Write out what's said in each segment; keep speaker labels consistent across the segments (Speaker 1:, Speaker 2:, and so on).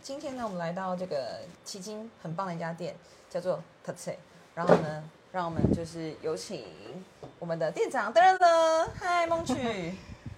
Speaker 1: 今天呢，我们来到这个迄今很棒的一家店，叫做 t a t s 然后呢，让我们就是有请我们的店长，噔噔噔，嗨，梦 曲。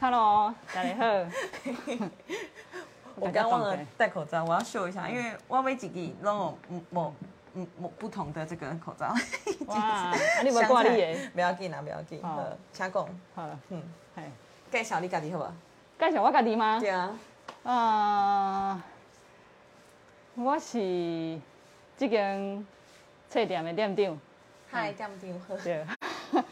Speaker 2: Hello，大家好。
Speaker 1: 我刚忘了嗯戴口罩，我要秀一下，因为我每几个让我某嗯某不同的这个口 罩。
Speaker 2: 哇，啊你无挂你的，
Speaker 1: 不要紧啦，不要紧。
Speaker 2: 好
Speaker 1: 呃，请讲，
Speaker 2: 好，
Speaker 1: 嗯，
Speaker 2: 嘿，
Speaker 1: 介绍你家己好不好？
Speaker 2: 介绍我家己吗？
Speaker 1: 对啊，
Speaker 2: 啊，我是这间册店的店长，
Speaker 1: 嗨，这样子好。
Speaker 2: 对。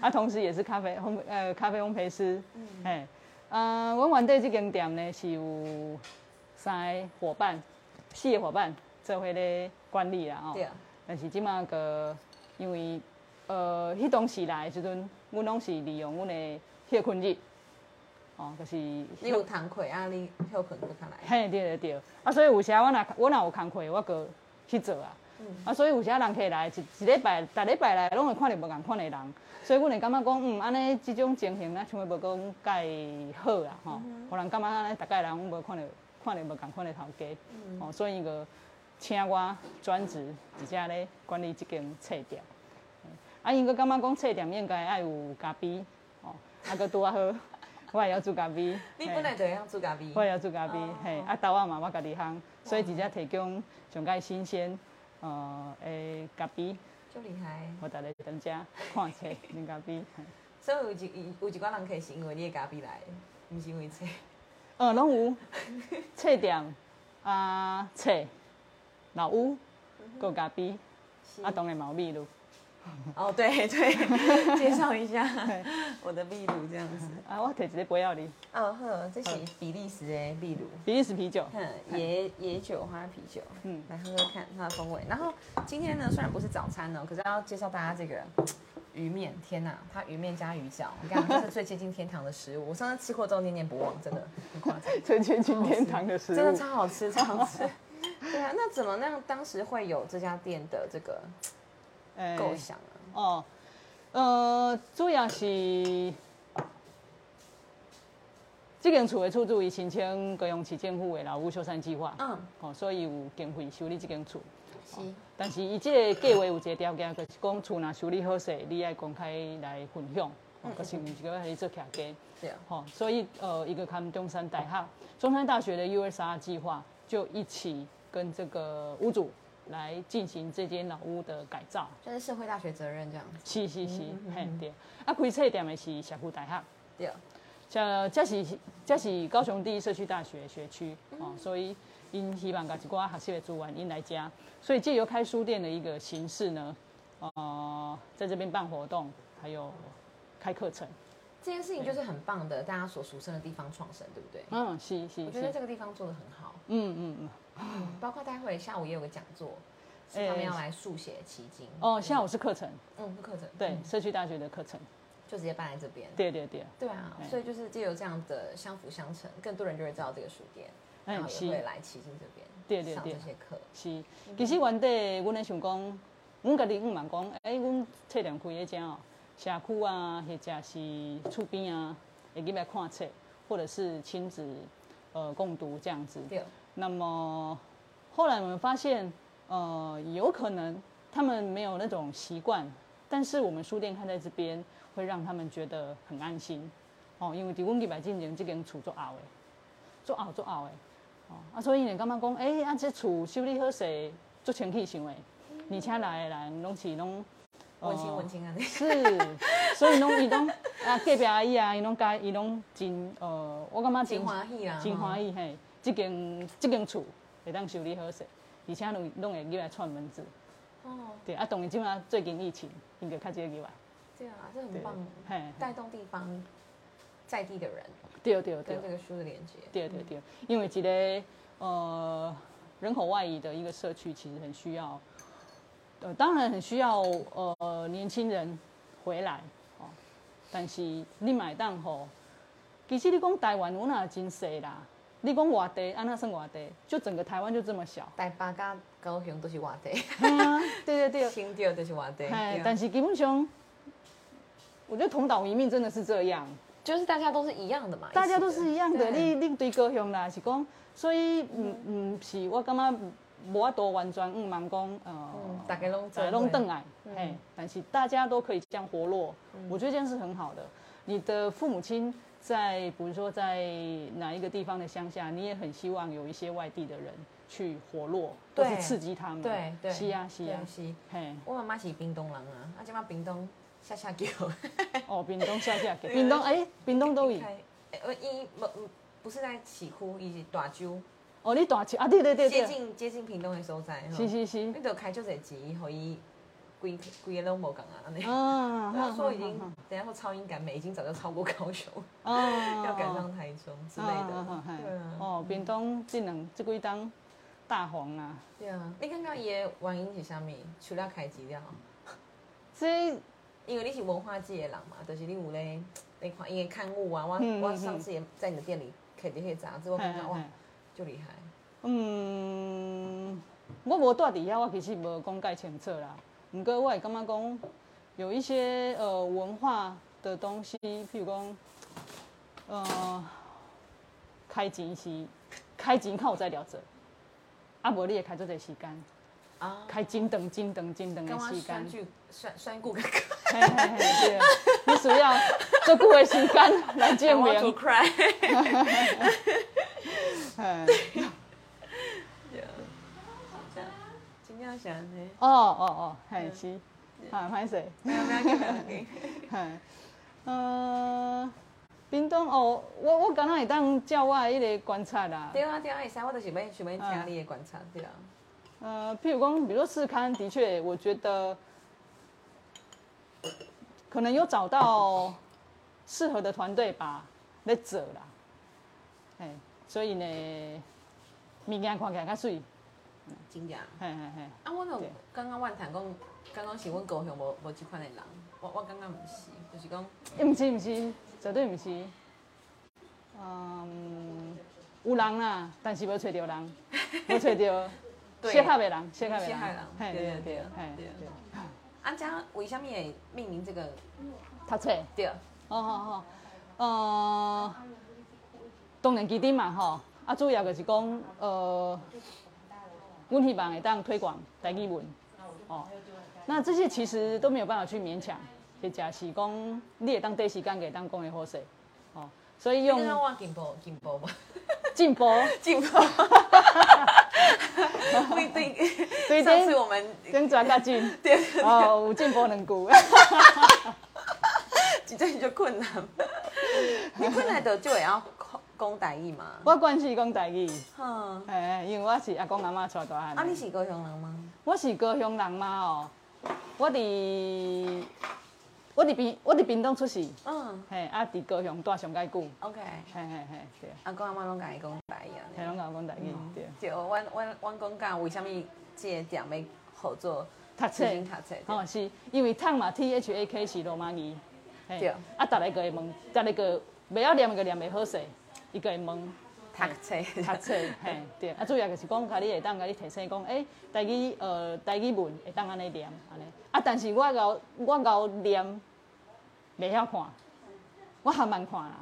Speaker 2: 啊，同时也是咖啡烘呃咖啡烘焙师，
Speaker 1: 嗯
Speaker 2: 嘿，呃，阮原底这间店呢是有三个伙伴，四个伙伴做伙咧管理啦哦。
Speaker 1: 对啊，
Speaker 2: 但是即马个，因为呃，迄当时来的时阵，阮拢是利用阮的歇困日，哦，就是
Speaker 1: 你有堂课啊，你休困不看来。
Speaker 2: 嘿，对对对。啊，所以有时啊，我若我若有工课，我个去做啊。
Speaker 1: 嗯
Speaker 2: 啊，所以有时啊，人客来一一礼拜，逐礼拜来，拢会看到无共款的人，所以阮会感觉讲，嗯，安尼即种情形啊，像要无讲介好啦，吼、
Speaker 1: 嗯
Speaker 2: 互人感觉安尼，逐个人拢无看到看到无共款的头家，
Speaker 1: 嗯
Speaker 2: 哦，所以个请我专职伫遮咧管理即间册店。啊，因佫感觉讲册店应该爱有咖啡，哦，啊，佫拄啊好， 我也会晓做咖啡。
Speaker 1: 你
Speaker 2: 嘿
Speaker 1: 本来就会晓做咖啡。
Speaker 2: 我也要做咖啡
Speaker 1: 哦，
Speaker 2: 嘿，啊豆啊嘛我家己烘，所以直接提供上界新鲜，呃诶咖啡，
Speaker 1: 就厉害，
Speaker 2: 我逐日踮遮看 册啉咖啡，嘿
Speaker 1: 所以有一有一寡人客是因为你的咖啡来的，毋是因为这。
Speaker 2: 呃拢有册店啊册，老屋，有咖啡，啊当然嘛有秘鲁，
Speaker 1: 哦，对对，介绍一 下我的秘鲁这样子。
Speaker 2: 啊我摕一个杯仔你，
Speaker 1: 哦呵，这是比利时的秘鲁，
Speaker 2: 比利时啤酒，
Speaker 1: 嗯，野野酒花啤酒，嗯
Speaker 2: 嗯，
Speaker 1: 来喝喝看它的风味。然后今天呢，虽然不是早餐哦呢，可是要介绍大家这个嗯鱼面，天哪，它鱼面加鱼饺，我跟你讲，这是最接近天堂的食物。我上次吃过之后念念不忘，真的很夸张。
Speaker 2: 最接近天堂的食
Speaker 1: 哦真的
Speaker 2: 物
Speaker 1: 超，好吃，超好吃。对啊，那怎么那样？当时会有这家店的这个
Speaker 2: 诶
Speaker 1: 构想啊？
Speaker 2: 哦，呃，主要是这间厝的厝主伊申请高雄市政府的老屋修缮计划，
Speaker 1: 嗯，
Speaker 2: 哦，所以有经费修理这间厝。
Speaker 1: 是，
Speaker 2: 但是伊这个计划有一个条件，就是讲厝若修理好势，你爱公开来分享，哦，可是毋是讲你做徛家。
Speaker 1: 对啊，
Speaker 2: 哦，所以呃，一个他们中山大学、中山大学的 USR 计划就一起跟这个屋主来进行这间老屋的改造。
Speaker 1: 就是社会大学责任这样子。
Speaker 2: 是是是，
Speaker 1: 嗯
Speaker 2: 嘿对。啊，开册店的是社区大学，
Speaker 1: 对啊，
Speaker 2: 这这是这是高雄第一社区大学学区
Speaker 1: 嗯
Speaker 2: 哦，所以因希望把一寡学习的资源因来加，所以借由开书店的一个形式呢，呃，在这边办活动，还有开课程，
Speaker 1: 这件事情就是很棒的，大家所俗称的地方创生，对不对？
Speaker 2: 啊嗯，是是
Speaker 1: 我觉
Speaker 2: 是，
Speaker 1: 得这个地方做的很好，
Speaker 2: 嗯嗯嗯，
Speaker 1: 包括待会下午也有个讲座，是
Speaker 2: 哎
Speaker 1: 他们要来速写奇经。
Speaker 2: 哦，下午是课程，
Speaker 1: 嗯，课程
Speaker 2: 对，社区大学的课程，
Speaker 1: 就直接办在这边。
Speaker 2: 对哎对对，
Speaker 1: 对啊，所以就是借由这样的相辅相成，更多人就会知道这个书店，
Speaker 2: 嗯
Speaker 1: 然后
Speaker 2: 是
Speaker 1: 也会来奇经这边
Speaker 2: 对对
Speaker 1: 上
Speaker 2: 对
Speaker 1: 这些课。
Speaker 2: 是，其实原底阮咧想讲，阮家己毋茫讲，诶、阮册店开迄遮哦，社区啊，或者是厝边啊，会去来看册，或者是亲子呃共读这样子。
Speaker 1: 对，啊
Speaker 2: 那么后来我们发现，呃，有可能他们没有那种习惯，但是我们书店开在这边，会让他们觉得很安心。哦，因为伫阮入来进前，即间厝做后的，做后做后的。哦，啊，所以呢，感觉讲，诶、啊，这厝修理好势，做清气想的，而且来的人拢是拢。哦
Speaker 1: 文青文 青啊，那
Speaker 2: 是，所以拢伊拢啊隔壁阿姨啊，伊拢甲伊拢真呃，我感觉
Speaker 1: 真
Speaker 2: 真
Speaker 1: 欢喜啦，
Speaker 2: 真欢
Speaker 1: 喜。
Speaker 2: 喜嘿，即间即间厝会当修理好势，而且拢拢会入来串门子，
Speaker 1: 哦，
Speaker 2: 对啊，当然即马最近疫情应该较少入来，
Speaker 1: 对啊，这很
Speaker 2: 对
Speaker 1: 棒，
Speaker 2: 嘿，
Speaker 1: 带动地方在地的人
Speaker 2: 对对对
Speaker 1: 跟这个书的连接。
Speaker 2: 对对对，因为一个呃人口外移的一个社区，其实很需要，呃，当然很需要呃年轻人回来哦，但是你买当吼，其实你讲台湾我那真细啦，你讲外地安那算外地，就整个台湾就这么小，
Speaker 1: 台北甲高雄都是外地，
Speaker 2: 嘿啊 对对对，
Speaker 1: 新店都是外地。
Speaker 2: 哎
Speaker 1: 对，啊
Speaker 2: 但是基本上，我觉得同岛一命真的是这样。
Speaker 1: 就是大家都是一样的嘛，
Speaker 2: 大家都是一样
Speaker 1: 对
Speaker 2: 的。你你对高雄啦是讲，所以嗯嗯是，我感觉无法度完全毋茫讲呃
Speaker 1: 嗯，大家拢
Speaker 2: 在弄邓矮，
Speaker 1: 嗯
Speaker 2: 哎、但是大家都可以这样活络，我觉得这样是很好的。你的父母亲在，比如说在哪一个地方的乡下，你也很希望有一些外地的人去活络，或
Speaker 1: 对
Speaker 2: 是刺激他们。
Speaker 1: 对对，
Speaker 2: 是啊是啊
Speaker 1: 对，是。
Speaker 2: 嘿，
Speaker 1: 我妈妈是冰冻人啊，啊，即摆冰冻下下叫。
Speaker 2: 哦，屏东下下，屏东哎，屏 东都有。
Speaker 1: 哎呃，伊不不是在起哭，伊是大洲，
Speaker 2: 哦，你大起啊，对对对
Speaker 1: 接
Speaker 2: 对，
Speaker 1: 近接近屏东的所在。吼
Speaker 2: 是是是，
Speaker 1: 你著开足侪钱，互伊规规个拢无共啊，安 尼。
Speaker 2: 嗯，
Speaker 1: 他
Speaker 2: 好
Speaker 1: 说已
Speaker 2: 好
Speaker 1: 经
Speaker 2: 好好，
Speaker 1: 等一下说超音感美已经早就超过高雄，
Speaker 2: 哦，
Speaker 1: 要赶上台中之类的
Speaker 2: 嗯嗯嗯。
Speaker 1: 对啊，
Speaker 2: 哦，屏东这两这几档大红啊。
Speaker 1: 对啊。你感觉伊的原因是啥物？除了开机了，
Speaker 2: 这
Speaker 1: 因为你是文化界的人嘛，就是你有咧咧看伊的刊物啊，我
Speaker 2: 嗯嗯
Speaker 1: 我上次也在你的店里看这些杂志，我感觉
Speaker 2: 嘿嘿
Speaker 1: 哇
Speaker 2: 嘿，
Speaker 1: 就厉害。
Speaker 2: 嗯，我无住伫遐，我其实无讲介清楚啦。毋过我会感觉讲，有一些呃文化的东西，譬如讲，呃，开钱是开钱较有在聊者，啊无你会开足侪时间，
Speaker 1: 啊，
Speaker 2: 开真长真长真长
Speaker 1: 跟
Speaker 2: 的
Speaker 1: 我
Speaker 2: 时
Speaker 1: 酸
Speaker 2: 间，
Speaker 1: 剧酸酸顾哥哥，
Speaker 2: 嘿嘿嘿，对，你需要足久的时间来见
Speaker 1: I want to
Speaker 2: 面，
Speaker 1: cry。
Speaker 2: 嘿，
Speaker 1: 真正是安尼，
Speaker 2: 哦哦哦，嘿是，啊歹势。
Speaker 1: 不要不要紧，
Speaker 2: 嗨，呃，冰冻哦，我我敢若会当照我的迄个观察啦
Speaker 1: 对。啊对啊，会使，我就是要想要听你的观察，对啊。
Speaker 2: 呃，譬如讲，比如说试刊，的确，我觉得可能有找到适合的团队吧，在做啦。嘿，所以呢，物件看起来较水，
Speaker 1: 真正。
Speaker 2: 嘿嘿嘿。
Speaker 1: 啊，我就
Speaker 2: 嗯对
Speaker 1: 刚刚怨叹讲，刚刚是阮高雄无无即款的人，我我感觉毋是，就是讲，
Speaker 2: 欸，毋是毋是，绝对毋是。嗯，有人啦，但是无找 着人，无找着
Speaker 1: 对
Speaker 2: 适合的人，适合的
Speaker 1: 适
Speaker 2: 人
Speaker 1: 合的人，对
Speaker 2: 嘿对
Speaker 1: 对
Speaker 2: 对
Speaker 1: 对，
Speaker 2: 嘿
Speaker 1: 对
Speaker 2: 对，
Speaker 1: 啊，遮为什么会命名这个？
Speaker 2: 读册，
Speaker 1: 对，
Speaker 2: 好好好，呃，当然基顶嘛吼，啊，主要就是讲，呃，阮希望会当推广台语文，哦，那这些其实都没有办法去勉强，或者是讲你会当短时间给当讲的好势，哦，所以
Speaker 1: 用
Speaker 2: 用
Speaker 1: 我进步进步无？
Speaker 2: 进步。
Speaker 1: 进 步。不一定，
Speaker 2: 对
Speaker 1: 上
Speaker 2: 对
Speaker 1: 次我们
Speaker 2: 跟转较近，
Speaker 1: 对
Speaker 2: 哦，有进步两句，
Speaker 1: 真正就困 难。你困难的就会要讲台语嘛？
Speaker 2: 我惯是讲台语，
Speaker 1: 哼，
Speaker 2: 诶，因为我是阿公阿妈带大汉的，
Speaker 1: 啊，你是高雄人吗？
Speaker 2: 我是高雄人嘛哦，我伫我伫屏我伫屏东出世，
Speaker 1: 嗯
Speaker 2: 嘿，啊伫高雄住上介久，
Speaker 1: ，OK。
Speaker 2: 嘿嘿嘿，对，
Speaker 1: 阿公阿妈拢甲伊讲台语
Speaker 2: 嘿，
Speaker 1: 啊。
Speaker 2: 拢甲我讲台语，对，
Speaker 1: 对，阮阮阮讲讲为什么这个店要合作
Speaker 2: 读
Speaker 1: 重
Speaker 2: 册，哦
Speaker 1: 新读册？
Speaker 2: 吼、是因为烫嘛，T H A K 是罗马字，嘿
Speaker 1: 对
Speaker 2: 啊，逐个个会问，逐个个袂晓念个念袂好势，伊个会问。
Speaker 1: 读册，
Speaker 2: 读册，嘿，对，啊，主要就是讲，甲你会当甲你提醒讲，诶、台语，呃，台语文会当安尼念，安尼，啊，但是我熬我熬念，袂晓看，我还蛮看啦，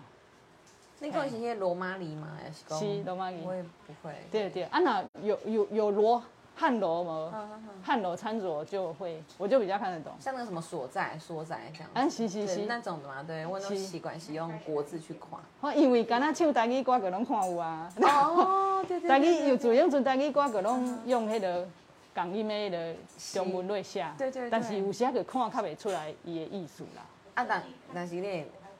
Speaker 1: 你讲是迄罗马尼吗？还是讲？
Speaker 2: 是罗马尼
Speaker 1: 我也不会。
Speaker 2: 对对，啊，那有有有罗汉罗无
Speaker 1: 嗯，嗯嗯
Speaker 2: 汉罗参佐就会，我就比较看得懂，
Speaker 1: 像那个什么所在、所在这样。
Speaker 2: 啊，是是
Speaker 1: 对
Speaker 2: 是，
Speaker 1: 那种的嘛，对，我都
Speaker 2: 是
Speaker 1: 习惯是用国字去看。
Speaker 2: 我因为敢若唱台语歌个拢看有啊，
Speaker 1: 哦， 对对嗯
Speaker 2: 台语有自用阵台语歌个拢用迄、个。共音的迄个中文来写，
Speaker 1: 对对对
Speaker 2: 但是有时啊，就看较袂出来伊的意思啦。
Speaker 1: 啊，但但是你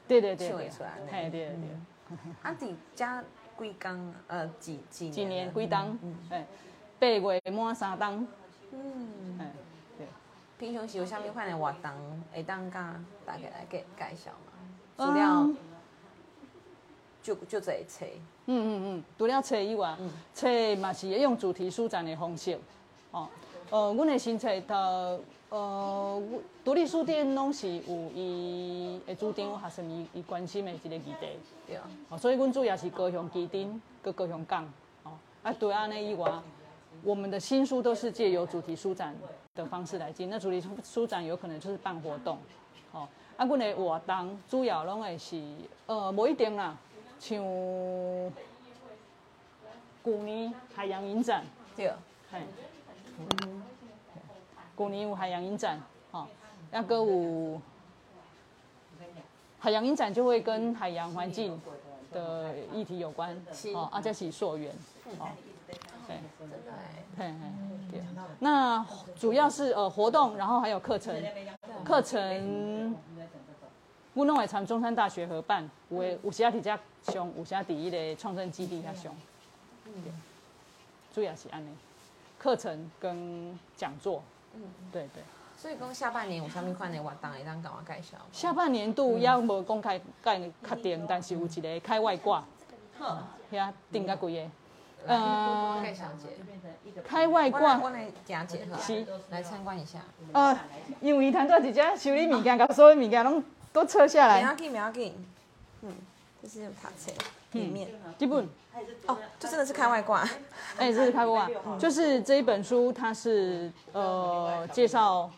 Speaker 2: 对对对
Speaker 1: 秀
Speaker 2: 对
Speaker 1: 也出来呢，
Speaker 2: 嘿对对对，
Speaker 1: 啊，伫遮几工呃几几
Speaker 2: 一年
Speaker 1: 了
Speaker 2: 几档，哎，八月满三档，
Speaker 1: 嗯，
Speaker 2: 哎，对，
Speaker 1: 平常时有啥物款的活动会当甲大家来介介绍嘛？除了
Speaker 2: 嗯
Speaker 1: 就就这一切，
Speaker 2: 嗯嗯嗯，除了册以外，册嘛是会用主题书展的方式，哦，呃，阮的新册的呃独立书店拢是有伊的主张，学生伊伊关心的一个议题。
Speaker 1: 对啊，
Speaker 2: 哦，所以阮主要是高雄基丁，跟高雄港，哦，啊，对安尼以外，我们的新书都是借由主题书展的方式来进。那主题书书展有可能就是办活动，哦，啊，啊，阮的活动主要拢会是，呃，无一定啦，像旧年海洋影展，
Speaker 1: 对，哦
Speaker 2: 嘿，旧年有海洋影展，吼、啊，搁有海洋影展就会跟海洋环境的议题有关，
Speaker 1: 是
Speaker 2: 哦，啊，这是溯源，哦，对，
Speaker 1: 真的哎，
Speaker 2: 嘿嘿，对。那主要是呃活动，然后还有课程，课程，阮拢会参中山大学合办，有诶有时啊伫遮上，有时啊伫迄个创生基地遐上，对主要是安尼，课程跟讲座，对对。
Speaker 1: 所以讲下半年有啥物款的活动会当甲我介绍吗？
Speaker 2: 下半年度也无公开概确定，但是有一个开外挂，
Speaker 1: 好，
Speaker 2: 遐定甲几个，
Speaker 1: 呃，
Speaker 2: 呃
Speaker 1: 介，绍姐，
Speaker 2: 开外
Speaker 1: 我来
Speaker 2: 挂
Speaker 1: 我。来行姐好了，
Speaker 2: 是
Speaker 1: 来参观一下。
Speaker 2: 呃，因为伊通做一只修理物件，甲所有物件拢都撤下
Speaker 1: 不
Speaker 2: 来
Speaker 1: 要。紧，不要紧，嗯，就是有塔册
Speaker 2: 嗯
Speaker 1: 里面
Speaker 2: 基本，
Speaker 1: 哦，这真的是开外挂，嗯
Speaker 2: 哎、这是开过啊，就是这一本书，它是呃介绍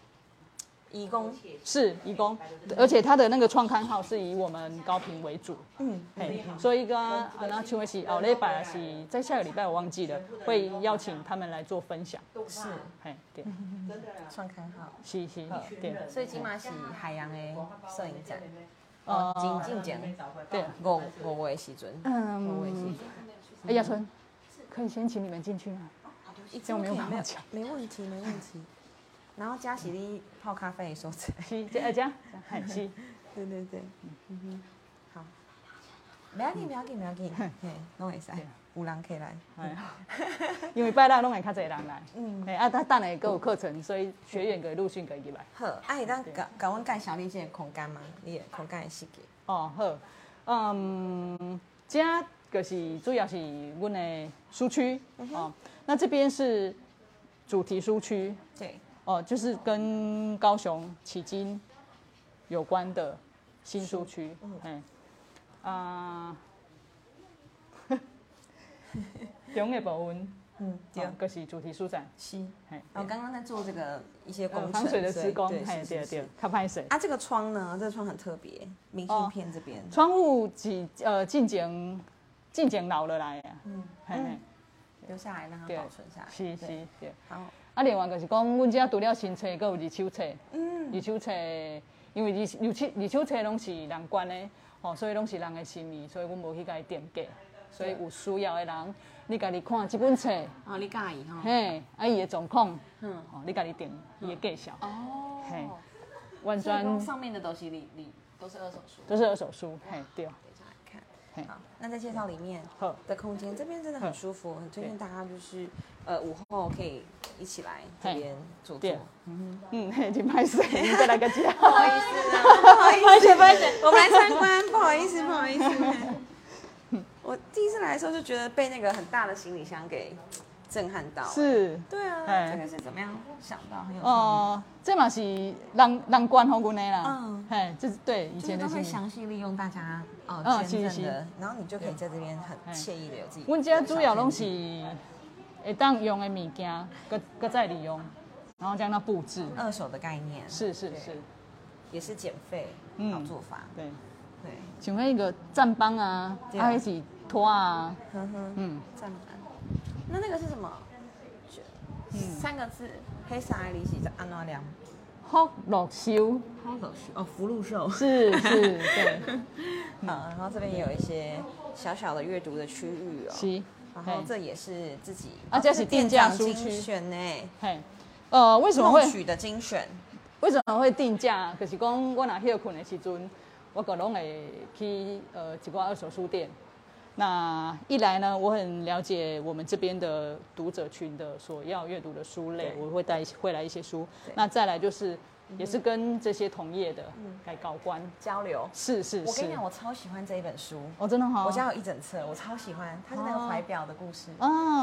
Speaker 1: 义工，
Speaker 2: 是义工，而且它的那个创刊号是以我们高频为主，
Speaker 1: 嗯，
Speaker 2: 嘿，所以个啊，那请问是哦，礼拜是在下个礼拜我忘记了，会邀请他们来做分享，
Speaker 1: 是
Speaker 2: 嘿，对，
Speaker 1: 创刊号，
Speaker 2: 是是，对，
Speaker 1: 所以今嘛是海洋的摄影展，
Speaker 2: 呃，
Speaker 1: 金进前
Speaker 2: 对，
Speaker 1: 五五月的时阵，五月的时
Speaker 2: 嗯，
Speaker 1: 阵，
Speaker 2: 哎、亚春，可以先请你们进去吗？这样没有办法讲
Speaker 1: 没问题，没问题。然后加喜力泡咖啡的时候，
Speaker 2: 是，这哎这样，嗨，是。
Speaker 1: 对对对，嗯哼，
Speaker 2: 嗯
Speaker 1: 好，不要紧，不要紧，不要紧，嘿，拢会使，有人客来，
Speaker 2: 哎呀因为拜六拢会较侪人来，
Speaker 1: 嗯
Speaker 2: 嗯，哎啊，他等下佫有课程，所以学员会陆续会入来。
Speaker 1: 好，啊，会当甲甲阮介绍你这个空间吗？你的空间的设计，
Speaker 2: 哦，好，嗯，这就是主要是阮的书区、哦，那这边是主题书区
Speaker 1: 对，
Speaker 2: 哦，就是跟高雄迄今有关的新书区，嗯，啊、 中的部分，
Speaker 1: 嗯，对
Speaker 2: 哦，，就是主题书展，
Speaker 1: 是。
Speaker 2: 嘿。
Speaker 1: 我哦刚刚在做这个一些
Speaker 2: 呃
Speaker 1: 工程，
Speaker 2: 防水的
Speaker 1: 所以
Speaker 2: 施工，
Speaker 1: 对，
Speaker 2: 嘿，
Speaker 1: 是
Speaker 2: 对
Speaker 1: 是
Speaker 2: 对
Speaker 1: 是。，
Speaker 2: 较歹势。
Speaker 1: 啊，这个窗呢，这个窗很特别，明
Speaker 2: 哦
Speaker 1: 信片这边，
Speaker 2: 窗户几呃进前进前留落来啊，
Speaker 1: 嗯，
Speaker 2: 嘿，嘿
Speaker 1: 留下来让它
Speaker 2: 对
Speaker 1: 保存下来。
Speaker 2: 是
Speaker 1: 对，
Speaker 2: 是对。
Speaker 1: 好，
Speaker 2: 啊，另外就是讲，阮遮除了新册，佫有二手册，
Speaker 1: 嗯，
Speaker 2: 二手册因为二手二手二手册拢是人管的，吼，所以拢是人的心意，所以阮无去甲伊定价，所以有需要的人，你家己看即本册，
Speaker 1: 哦，你介意哈？
Speaker 2: 嘿，啊伊的状况，
Speaker 1: 嗯，
Speaker 2: 吼，你家己定伊的价钱，嘿
Speaker 1: 哦，
Speaker 2: 完
Speaker 1: 所以
Speaker 2: 全
Speaker 1: 说上面的东西里里都是二手书，
Speaker 2: 都是二手书，嘿，对，
Speaker 1: 等一下来
Speaker 2: 嘿
Speaker 1: 看。好，那在介绍里面
Speaker 2: 好。
Speaker 1: 的空间，这边真的很
Speaker 2: 嗯
Speaker 1: 舒服，很推荐大家就是呃午后可以一起来这
Speaker 2: 嘿
Speaker 1: 边坐坐
Speaker 2: 对。嗯， 嘿，真 歹势，你再来个吃。
Speaker 1: 不好意思啊，不好 意思，不好意思，我们来参观，不好意思，不好意思。我第一次来的时候就觉得被那个很大的行李箱给震撼到。，
Speaker 2: 是，
Speaker 1: 对啊，
Speaker 2: 哎
Speaker 1: 这个是怎么样想到很有创意？
Speaker 2: 哦、这嘛是人人管好阮的啦。
Speaker 1: 嗯
Speaker 2: 嘿，这是对以
Speaker 1: 就是
Speaker 2: 前
Speaker 1: 都
Speaker 2: 的
Speaker 1: 会
Speaker 2: 心情。
Speaker 1: 详细利用大家哦捐
Speaker 2: 嗯是
Speaker 1: 赠的
Speaker 2: 是，
Speaker 1: 然后你就可以在这边很
Speaker 2: 哎
Speaker 1: 惬意的有自己。
Speaker 2: 阮遮主要拢是会当用的物件，搁搁再利用，然后将它布置。
Speaker 1: 二手的概念，
Speaker 2: 是是
Speaker 1: 对
Speaker 2: 是，
Speaker 1: 也是减费
Speaker 2: 嗯
Speaker 1: 好做法。
Speaker 2: 对。
Speaker 1: 对，
Speaker 2: 像迄个站帮啊，
Speaker 1: 对
Speaker 2: 啊，迄是拖啊，
Speaker 1: 呵呵，
Speaker 2: 嗯，
Speaker 1: 赞满。那那个是什么？
Speaker 2: 嗯
Speaker 1: 三个字，黑色爱丽喜的安诺良。
Speaker 2: 福 禄寿
Speaker 1: 好手续哦，福禄寿。
Speaker 2: 是是，对，
Speaker 1: 嗯，然后这边也有一些小小的阅读的区域哦。
Speaker 2: 是。
Speaker 1: 然后
Speaker 2: 嘿，
Speaker 1: 这也是自己
Speaker 2: 啊这是定价书区
Speaker 1: 哦这是店长精选呢，
Speaker 2: 嘿，呃，为什么
Speaker 1: 梦
Speaker 2: 会？
Speaker 1: 许的精选，
Speaker 2: 为什么会定价？就是讲我若休困的时阵，我可拢会去呃一寡二手书店。那一来呢，我很了解我们这边的读者群的所要阅读的书类
Speaker 1: 对，
Speaker 2: 我会带一些会来一些书
Speaker 1: 对。
Speaker 2: 那再来就是，也是跟这些同业的来搞关，
Speaker 1: 交流。
Speaker 2: 是是
Speaker 1: 嗯我跟
Speaker 2: 是
Speaker 1: 你。讲，我超喜欢这一本书，
Speaker 2: 哦，真的好。
Speaker 1: 我家有一整册，我超喜欢，它是那个怀表的故事，
Speaker 2: 啊，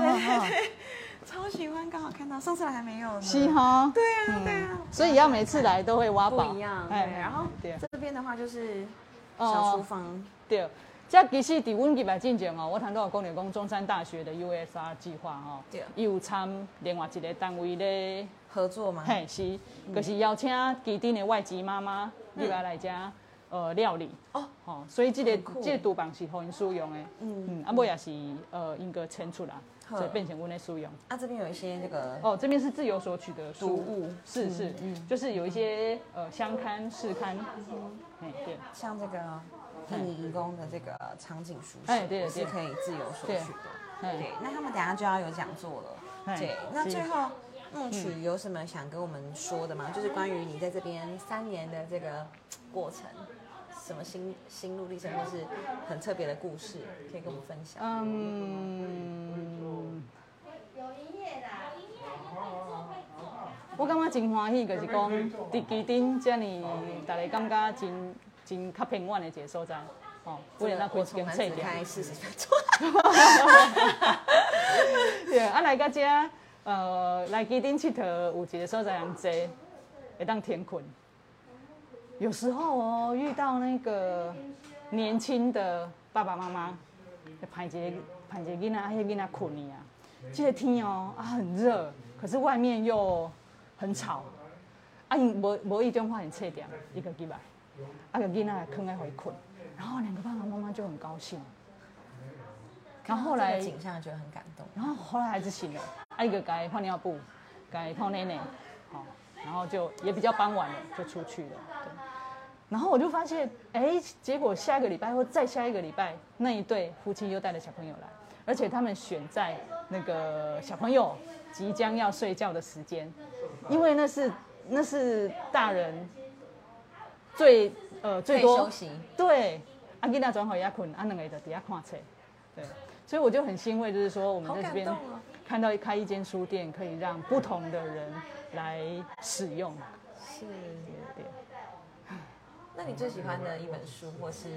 Speaker 1: 超喜欢，刚好看到，上次来还没有呢。
Speaker 2: 嘻哈。嗯
Speaker 1: 对啊，对啊，
Speaker 2: 所以要每次来都会挖宝，
Speaker 1: 不一样。对，
Speaker 2: 哎
Speaker 1: 然后
Speaker 2: 对
Speaker 1: 这边的话就是
Speaker 2: 哦
Speaker 1: 小厨房，
Speaker 2: 对，这其实伫阮入来进前哦，我谈到有讲着讲中山大学的 USR 计划吼
Speaker 1: 对，嗯
Speaker 2: 伊有参另外一个单位咧，
Speaker 1: 合作嘛，
Speaker 2: 嘿是，就是邀请基丁的外籍妈妈入来来遮呃料理。
Speaker 1: 嗯哦，
Speaker 2: 吼、所以即、个
Speaker 1: 很酷
Speaker 2: 即、个厨房是互因使用的，嗯，啊尾也是呃因个迁出来，
Speaker 1: 呵
Speaker 2: 所以变成阮的使用。
Speaker 1: 啊这边有一些这个
Speaker 2: 哦，这边是自由所取的
Speaker 1: 读
Speaker 2: 书，
Speaker 1: 物，嗯
Speaker 2: 是是，就是有一些呃相刊、试刊，哎对，
Speaker 1: 像这个印尼移工的这个场景书
Speaker 2: 嗯哎对
Speaker 1: 写是
Speaker 2: 对
Speaker 1: 可以自由索取
Speaker 2: 对
Speaker 1: 的。
Speaker 2: 哎
Speaker 1: 对，那他们等一下就要有讲座了。
Speaker 2: 哎
Speaker 1: 对，那
Speaker 2: 是嗯
Speaker 1: 最后木曲有什么想跟我们说的吗？就是关于你在这边三年的这个过程，什么心心路历程，或是很特别的故事，可以跟我们分享。
Speaker 2: 嗯。我感觉真欢喜，就是讲伫基顶遮尼，大家感觉真真较偏远的一个所在，吼、哦，不然咱开
Speaker 1: 我
Speaker 2: 一
Speaker 1: 从
Speaker 2: 间
Speaker 1: 男
Speaker 2: 册
Speaker 1: 子
Speaker 2: 店。
Speaker 1: 开四十分钟，
Speaker 2: 对，啊来到遮，呃，来基顶佚佗有一个所在人坐，会当天困。有时候哦，遇到那个年轻的爸爸妈妈，就派一个派一个囡仔，迄个囡仔困去啊。这个天哦，啊很热，可是外面又很吵，啊因无无意中发现册店，伊就进来，啊个囡仔囥在互伊困，然后两个爸爸妈妈就很高兴。 然后后
Speaker 1: 这
Speaker 2: 来
Speaker 1: 个景象觉得很感动。
Speaker 2: 然后后来还是醒了，啊，一个该换尿布，该泡奶奶，好、然后就也比较傍晚了，就出去了。对，然后我就发现，哎，结果下一个礼拜或再下一个礼拜，那一对夫妻又带了小朋友来，而且他们选在那个小朋友即将要睡觉的时间，因为那是那是大人最呃
Speaker 1: 可
Speaker 2: 最
Speaker 1: 以
Speaker 2: 多
Speaker 1: 休息，
Speaker 2: 对，啊，囡仔转好遐困，啊，两个就底下看册，对，所以我就很欣慰，就是说我们
Speaker 1: 好
Speaker 2: 在这
Speaker 1: 感
Speaker 2: 边
Speaker 1: 动哦。
Speaker 2: 看到开一间书店，可以让不同的人来使用。
Speaker 1: 是。
Speaker 2: 对，
Speaker 1: 那你最喜欢的一本书，或是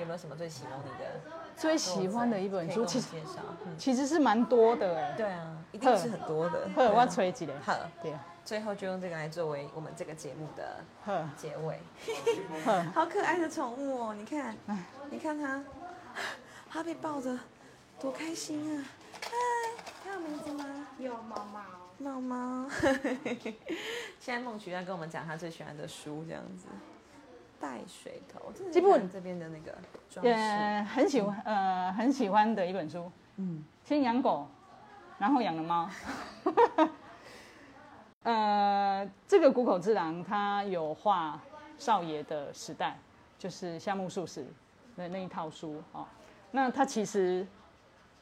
Speaker 1: 有没有什么最启蒙你的作者？
Speaker 2: 最喜欢的一本书，
Speaker 1: 可
Speaker 2: 其
Speaker 1: 以
Speaker 2: 实
Speaker 1: 跟我们介绍。嗯
Speaker 2: 其实是蛮多的哎。
Speaker 1: 对啊，一定是很多的。
Speaker 2: 好，
Speaker 1: 对啊
Speaker 2: 我吹一个。
Speaker 1: 好，
Speaker 2: 对，
Speaker 1: 最后就用这个来作为我们这个节目的
Speaker 2: 好，
Speaker 1: 结尾。
Speaker 2: 好，
Speaker 1: 好可爱的宠物哦，你看，你看它，它被抱着，多开心啊！哎，它有名字吗？
Speaker 3: 有毛毛，
Speaker 1: 猫猫。 现在梦菊在跟我们讲她最喜欢的书，这样子。带水头，这是
Speaker 2: 基本
Speaker 1: 看这边的那个装
Speaker 2: 也
Speaker 1: 饰，
Speaker 2: 很喜欢，呃，很喜欢的一本书。
Speaker 1: 嗯，
Speaker 2: 先养狗，然后养了猫。呃，这个谷口治郎他有画少爷的时代，就是夏目漱石的那一套书哦。那他其实，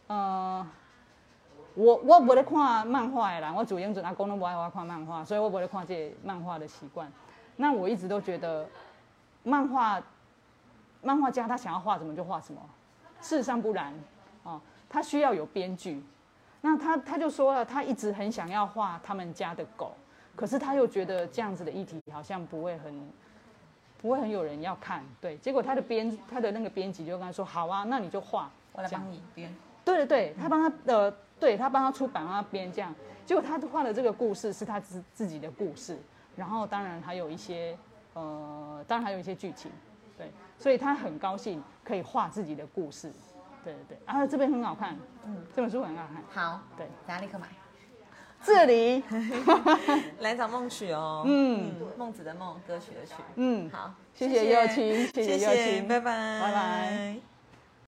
Speaker 2: 呃，我我无咧看漫画的人，我主演阵阿公都无爱我看漫画，所以我无咧看这个漫画的习惯。那我一直都觉得，漫画漫画家他想要画什么就画什么，事实上不然哦，他需要有编剧。那他他就说了，他一直很想要画他们家的狗，可是他又觉得这样子的议题好像不会很不会很有人要看，对。结果他的编他的那个编辑就跟他说，好啊，那你就画，
Speaker 1: 我来
Speaker 2: 这样
Speaker 1: 帮你编。
Speaker 2: 对对对，他帮他呃，对他帮他出版，帮他编这样。结果他画的这个故事是他自自己的故事，然后当然还有一些呃，当然还有一些剧情，对，所以他很高兴可以画自己的故事，对对对。啊，这边很好看，嗯，这本书很好看，
Speaker 1: 好，
Speaker 2: 对，
Speaker 1: 大家立刻买。
Speaker 2: 这里，
Speaker 1: 来找梦曲哦，
Speaker 2: 嗯
Speaker 1: 嗯，孟子的孟，歌曲的曲。
Speaker 2: 嗯，
Speaker 1: 好，
Speaker 2: 谢谢幼青，谢谢幼青，
Speaker 1: 拜拜，
Speaker 2: 拜拜。